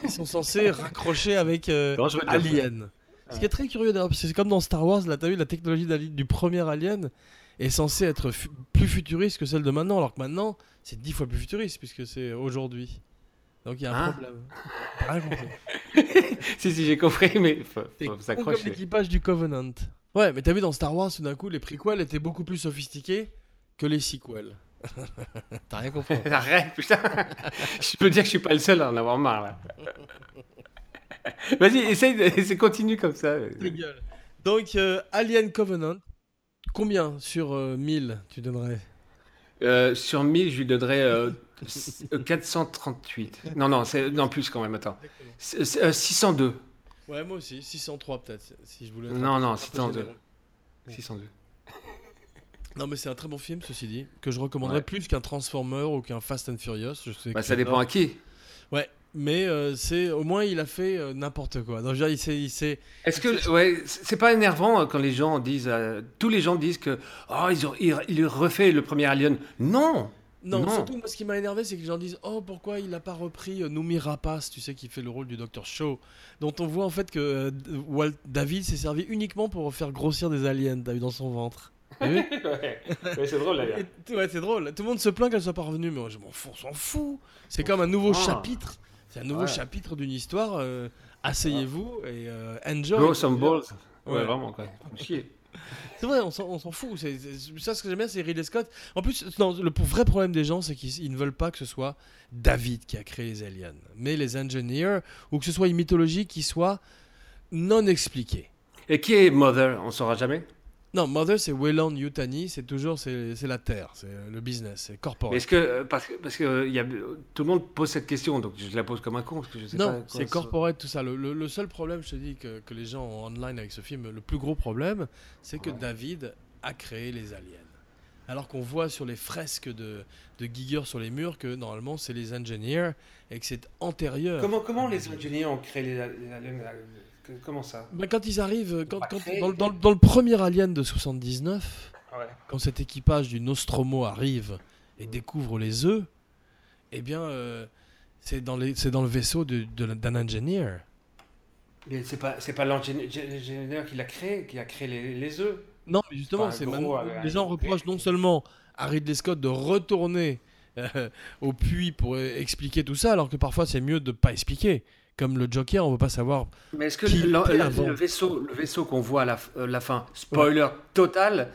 Speaker 3: qui sont censés raccrocher avec euh,
Speaker 1: Non, je veux dire-
Speaker 3: Alien. Ce qui est très curieux d'ailleurs, parce que c'est comme dans Star Wars, là, t'as vu, la technologie d'Ali- du premier Alien est censée être fu- plus futuriste que celle de maintenant, alors que maintenant, c'est dix fois plus futuriste, puisque c'est aujourd'hui. Donc il y a un
Speaker 1: Hein
Speaker 3: problème. T'as rien compris.
Speaker 1: si, si, j'ai compris, mais faut,
Speaker 3: T'es
Speaker 1: faut
Speaker 3: con comme
Speaker 1: s'accrocher.
Speaker 3: l'équipage du Covenant. Ouais, mais t'as vu dans Star Wars, tout d'un coup, les prequels étaient beaucoup plus sophistiqués que les sequels. T'as rien compris.
Speaker 1: Arrête, putain. je peux dire que je suis pas le seul à en avoir marre, là. Vas-y, essaye, de- essaye, continue comme ça.
Speaker 3: Ta gueule. Donc, euh, Alien Covenant, combien sur euh, 1000 tu donnerais
Speaker 1: Euh, sur 1000, je lui donnerais euh, s- euh, 438. Non, non, c'est- non, plus quand même, attends. C'est- c'est, euh, 602.
Speaker 3: Ouais, moi aussi, 603 peut-être, si je voulais. être
Speaker 1: Non,
Speaker 3: un peu-
Speaker 1: non,
Speaker 3: un peu
Speaker 1: 602.
Speaker 3: généreux.
Speaker 1: 602.
Speaker 3: Non, mais c'est un très bon film, ceci dit, que je recommanderais
Speaker 1: Ouais.
Speaker 3: plus qu'un Transformer ou qu'un Fast and Furious. Je sais
Speaker 1: Bah,
Speaker 3: que
Speaker 1: ça dépend à qui.
Speaker 3: Ouais, mais euh, c'est au moins il a fait euh, n'importe quoi. Donc, je veux dire, il s'est- il s'est
Speaker 1: Est-ce que ouais, c'est c'est pas énervant euh, quand les gens disent euh, tous les gens disent que oh ils ont ils- il refait le premier Alien. Non.
Speaker 3: Non,
Speaker 1: Non.
Speaker 3: surtout, moi, ce qui m'a énervé, c'est que les gens disent Oh, pourquoi il n'a pas repris euh, Noumi Rapace, tu sais, qui fait le rôle du Dr. Shaw, dont on voit en fait que euh, D- Walt David s'est servi uniquement pour faire grossir des aliens, t'as vu, dans son ventre. T'as vu
Speaker 1: ouais, c'est drôle
Speaker 3: Et t- ouais, c'est drôle. Tout le monde se plaint qu'elle soit pas revenue, mais moi, je m'en fous, on s'en fout. C'est comme un nouveau
Speaker 1: fout.
Speaker 3: chapitre. C'est un nouveau
Speaker 1: Ouais.
Speaker 3: chapitre d'une histoire. euh, Asseyez-vous et euh, enjoy.
Speaker 1: Grow some balls. Ouais,
Speaker 3: Ouais.
Speaker 1: vraiment quoi. Chier.
Speaker 3: C'est vrai, on s'en, on s'en fout. C'est, c'est- ça, ce que j'aime bien, c'est Ridley Scott. En plus, non, le p- vrai problème des gens, c'est qu'ils ils ne veulent pas que ce soit David qui a créé les aliens, mais les engineers, ou que ce soit une mythologie qui soit non expliquée.
Speaker 1: Et qui est Mother On saura jamais.
Speaker 3: Non, Mother, c'est Weyland Yutani, c'est toujours c'est, c'est la terre, c'est le business, c'est
Speaker 1: Mais
Speaker 3: corporate.
Speaker 1: est-ce que euh, parce que parce que euh, il y a tout le monde pose cette question donc je la pose comme un con parce que je sais pas.
Speaker 3: non,
Speaker 1: quoi
Speaker 3: c'est
Speaker 1: ça-
Speaker 3: corporate, tout ça. Le, le- le seul problème, je te dis, que, que les gens ont online avec ce film, le plus gros problème, c'est que
Speaker 1: Ouais.
Speaker 3: David a créé les aliens. Alors qu'on voit sur les fresques de, de Giger sur les murs que normalement c'est les engineers et que c'est antérieur.
Speaker 1: Comment comment les ingénieurs ont créé les, les aliens là Que- Comment ça
Speaker 3: Bah, quand ils arrivent, quand,
Speaker 1: pas
Speaker 3: quand-
Speaker 1: créé,
Speaker 3: dans,
Speaker 1: les
Speaker 3: dans- dans le premier Alien de 79,
Speaker 1: Ouais.
Speaker 3: quand cet équipage du Nostromo arrive et
Speaker 1: Mm.
Speaker 3: découvre les œufs, eh bien euh, c'est dans, les- c'est dans le vaisseau de- de la- d'un ingénieur.
Speaker 1: Mais c'est pas c'est pas l'ingénieur qui l'a créé qui a créé les, les œufs.
Speaker 3: Non, mais justement,
Speaker 1: Enfin,
Speaker 3: c'est
Speaker 1: gros,
Speaker 3: maintenant-
Speaker 1: euh,
Speaker 3: les gens reprochent non seulement à Ridley Scott de retourner euh, au puits pour euh, expliquer tout ça, alors que parfois c'est mieux de pas expliquer. Comme le Joker, on veut pas savoir.
Speaker 1: Mais est-ce que
Speaker 3: Qui
Speaker 1: le,
Speaker 3: était
Speaker 1: le-
Speaker 3: avant
Speaker 1: le vaisseau, le vaisseau qu'on voit à la, f- euh, la fin, spoiler total,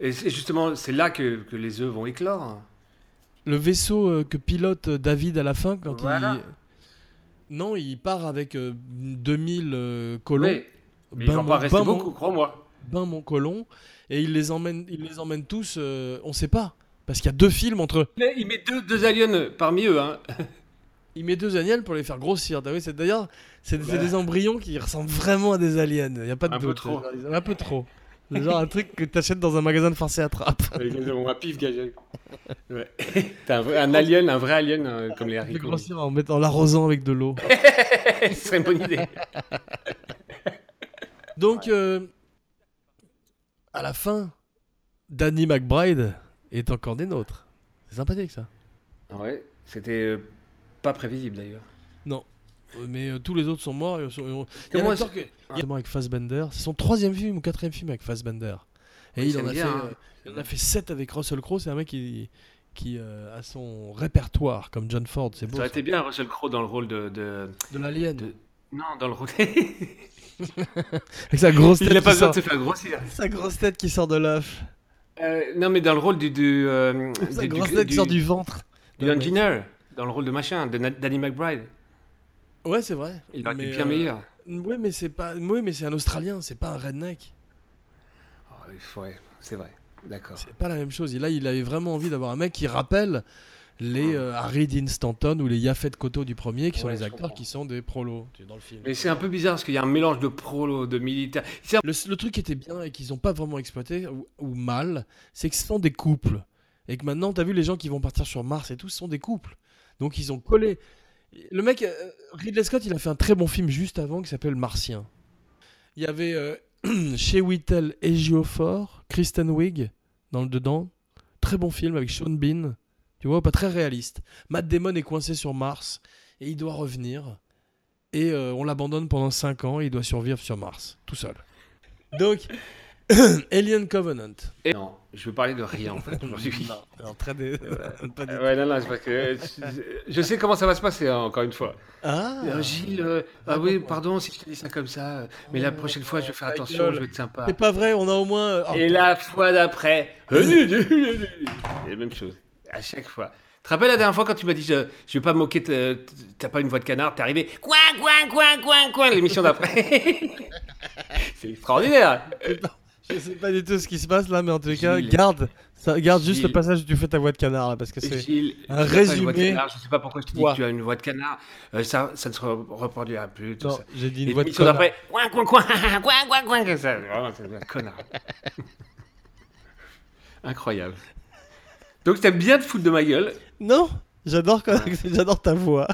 Speaker 1: et c'est justement c'est là que, que les œufs vont éclore
Speaker 3: Le vaisseau euh, que pilote euh, David à la fin, quand
Speaker 1: Voilà.
Speaker 3: il. Non, il part avec euh, 2000 euh, colons.
Speaker 1: Oui, mais il va
Speaker 3: mon-
Speaker 1: pas rester
Speaker 3: mon-
Speaker 1: beaucoup, crois-moi.
Speaker 3: ben mon colon. Et il les emmène, il les emmène tous, euh, on sait pas. Parce qu'il y a deux films entre.
Speaker 1: Mais il met deux, deux aliens parmi eux. Hein.
Speaker 3: Il met deux aliens pour les faire grossir. T'as vu, c'est d'ailleurs, c'est c'est
Speaker 1: Ouais.
Speaker 3: des embryons qui ressemblent vraiment à des aliens. Il y a pas de
Speaker 1: Un peu
Speaker 3: doute.
Speaker 1: trop.
Speaker 3: Ils en ont Un peu trop. C'est genre un truc que t'achètes dans un magasin de farce et attrape.
Speaker 1: un pif gagé. Ouais. T'as un, vrai- un alien, un vrai alien euh, comme les
Speaker 3: Il fait
Speaker 1: haricots.
Speaker 3: grossir en, mettant- en l'arrosant avec de l'eau.
Speaker 1: Ce serait une bonne idée.
Speaker 3: Donc, euh, à la fin, Danny McBride est encore des nôtres. C'est sympathique ça.
Speaker 1: Ouais, c'était euh, pas prévisible d'ailleurs.
Speaker 3: Euh, Mais euh, tous les autres sont morts. et sont- et ont- Il y a
Speaker 1: Comment
Speaker 3: un
Speaker 1: est-ce
Speaker 3: acteur que- il y a- notamment avec Fassbender. C'est son troisième film ou quatrième film avec Fassbender. Et
Speaker 1: Oui,
Speaker 3: il
Speaker 1: j'aime
Speaker 3: en, a fait,
Speaker 1: bien,
Speaker 3: euh,
Speaker 1: hein.
Speaker 3: il en a fait 7 avec Russell Crowe. C'est un mec qui, qui euh, a son répertoire, comme John Ford. C'est beau.
Speaker 1: Ça aurait
Speaker 3: ça.
Speaker 1: été bien Russell Crowe dans le rôle de. de-
Speaker 3: De l'alien.
Speaker 1: de- Non, dans le rôle.
Speaker 3: Avec sa grosse tête,
Speaker 1: il a pas
Speaker 3: qui
Speaker 1: besoin de
Speaker 3: sort...
Speaker 1: se faire grossir.
Speaker 3: sa grosse tête qui sort de l'œuf.
Speaker 1: Euh, non, mais dans le rôle du. du, euh,
Speaker 3: Sa
Speaker 1: du-
Speaker 3: grosse tête qui sort du ventre.
Speaker 1: Du engineer, dans le rôle de machin, de Na- Danny McBride.
Speaker 3: Ouais, c'est vrai.
Speaker 1: Il aurait été
Speaker 3: Mais,
Speaker 1: bien
Speaker 3: euh,
Speaker 1: meilleur.
Speaker 3: Ouais, mais c'est pas. Ouais, mais c'est un Australien, c'est pas un redneck.
Speaker 1: Oh, ouais, c'est vrai. D'accord.
Speaker 3: C'est pas la même chose. Et là, il avait vraiment envie d'avoir un mec qui rappelle les euh, Harry Dean Stanton ou les Yafet Koto du premier, qui sont
Speaker 1: Ah. Ouais,
Speaker 3: les
Speaker 1: je
Speaker 3: acteurs
Speaker 1: comprends.
Speaker 3: qui sont des prolos tu sais, dans le film.
Speaker 1: Mais c'est un peu bizarre parce qu'il y a un mélange de prolo, de militaire. C'est un-
Speaker 3: Le, le truc qui était bien et qu'ils n'ont pas vraiment exploité ou, ou mal, c'est que ce sont des couples. Et que maintenant, t'as vu, les gens qui vont partir sur Mars et tout, ce sont des couples. Donc ils ont collé. Le mec, euh, Ridley Scott, il a fait un très bon film juste avant qui s'appelle Martien. Il y avait euh, chez Whittle et Giofort, Kristen Wiig dans le dedans. Très bon film avec Sean Bean. Tu vois, pas très réaliste. Matt Damon est coincé sur Mars et il doit revenir. Et euh, on l'abandonne pendant 5 ans et il doit survivre sur Mars, tout seul. Donc, Alien Covenant.
Speaker 1: Et non, je veux parler de rien en fait aujourd'hui.
Speaker 3: non, non, très dé- pas du tout.
Speaker 1: Euh, Ouais, non, non, c'est parce que je- je sais comment ça va se passer, hein, encore une fois.
Speaker 3: Ah,
Speaker 1: Euh, Gilles, euh, ah oui, pardon si je te dis ça comme ça, euh, mais la prochaine fois, je vais faire
Speaker 3: Ta
Speaker 1: attention,
Speaker 3: gueule.
Speaker 1: je vais être sympa. Euh,
Speaker 3: c'est pas vrai, on a au moins. euh, oh,
Speaker 1: Et la fois d'après, c'est la même chose, à chaque fois. Tu te rappelles la dernière fois quand tu m'as dit je, je vais pas me moquer, t'as t'as pas une voix de canard, t'es arrivé coin, coin, coin, coin, coin, l'émission d'après. c'est extraordinaire.
Speaker 3: Je sais pas du tout ce qui se passe là, mais en tous les cas,
Speaker 1: Gilles.
Speaker 3: garde, ça, garde juste
Speaker 1: Gilles.
Speaker 3: le passage où tu fais ta voix de canard là, parce que c'est.
Speaker 1: Gilles, tu n'as pas une voix
Speaker 3: un
Speaker 1: de
Speaker 3: résumé.
Speaker 1: canard, Je sais pas pourquoi je te dis
Speaker 3: Toi.
Speaker 1: que tu as une voix de canard, euh, ça, ça ne se re- reproduira plus. Tout
Speaker 3: Non,
Speaker 1: ça.
Speaker 3: j'ai dit
Speaker 1: Et
Speaker 3: une voix de
Speaker 1: l'émission
Speaker 3: canard.
Speaker 1: d'après, coin, coin, coin, coin, coin, coin, comme ça. Vraiment, c'est un connard. Incroyable. Donc, t'aimes bien te foutre de ma gueule.
Speaker 3: Non, j'adore quand...
Speaker 1: Ah.
Speaker 3: j'adore ta voix.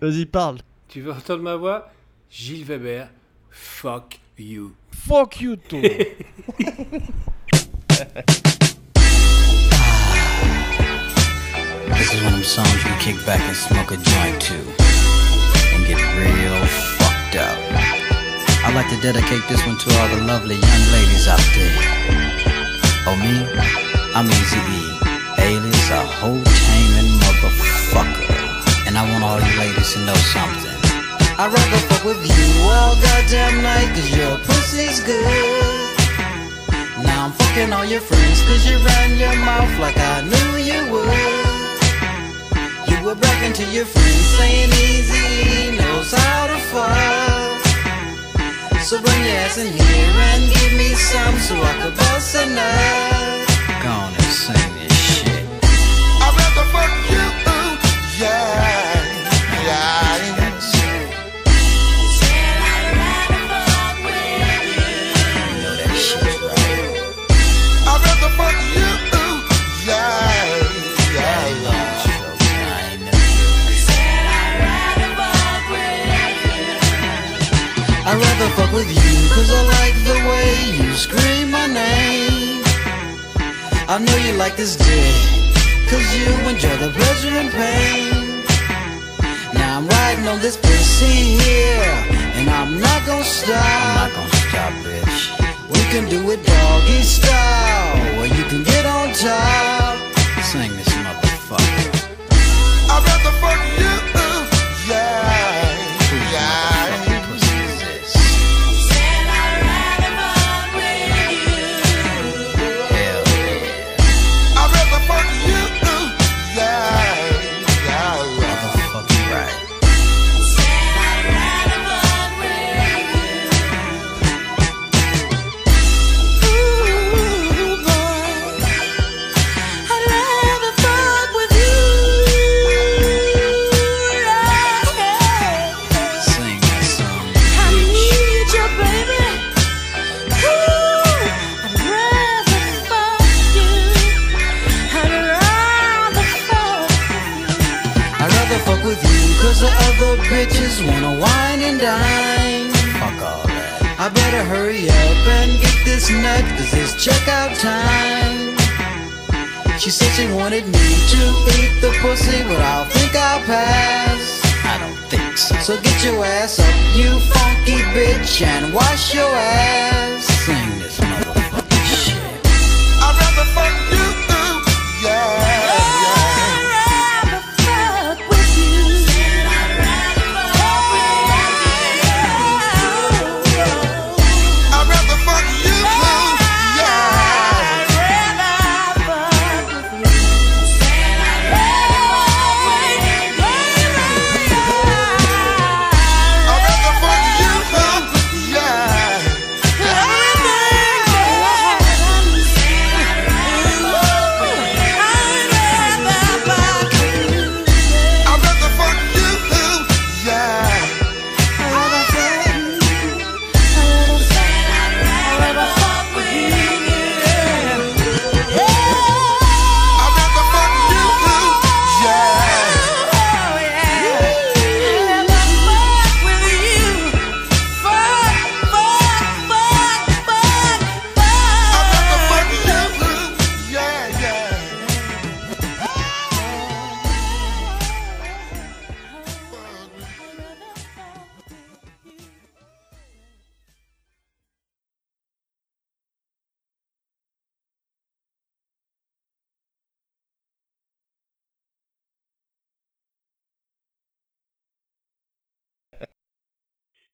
Speaker 3: Vas-y, parle.
Speaker 1: Tu veux entendre ma voix Gilles Weber, fuck you.
Speaker 3: Fuck you, toi.
Speaker 2: This is one of them songs you kick back and smoke a joint to and get real fucked up. I'd like to dedicate this one to all the lovely young ladies out there. Oh me, I'm Easy E, alias a whole taming motherfucker. And I want all you ladies to know something. I'd rather fuck with you all goddamn night, cause your pussy's good. Now I'm fucking all your friends Cause you ran your mouth like I knew you would You were bragging to your friends Saying easy knows how to fuck So bring your ass in here and give me some So I could bust a nut Go on and sing this shit
Speaker 4: I'd rather fuck you, yeah, yeah.
Speaker 2: That's it. You know that shit's right.
Speaker 4: I'd rather fuck you, yeah, yeah.
Speaker 2: Lost folks, I ain't never- I'd rather fuck with you Cause I like the way you scream my name I know you like this dick Cause you enjoy the pleasure and pain Now I'm riding on this pussy here And I'm not gonna stop I'm not gonna stop, bitch We can do it doggy style Or you can get on top Sing this motherfucker
Speaker 4: I'd rather fuck you, uh, yeah, yeah.
Speaker 2: Motherfucking pussy is this Hell yeah
Speaker 4: I'd rather fuck you, uh, yeah, yeah.
Speaker 2: Motherfucking right Sing that song I'd rather fuck with you Cause the other bitches wanna wine and dine Fuck all that I better hurry up and get this nut Cause it's checkout time She said she wanted me to eat the pussy But I think I'll pass I don't think so So get your ass up, you funky bitch And wash your ass
Speaker 4: uh, uh, uh, uh, uh, uh,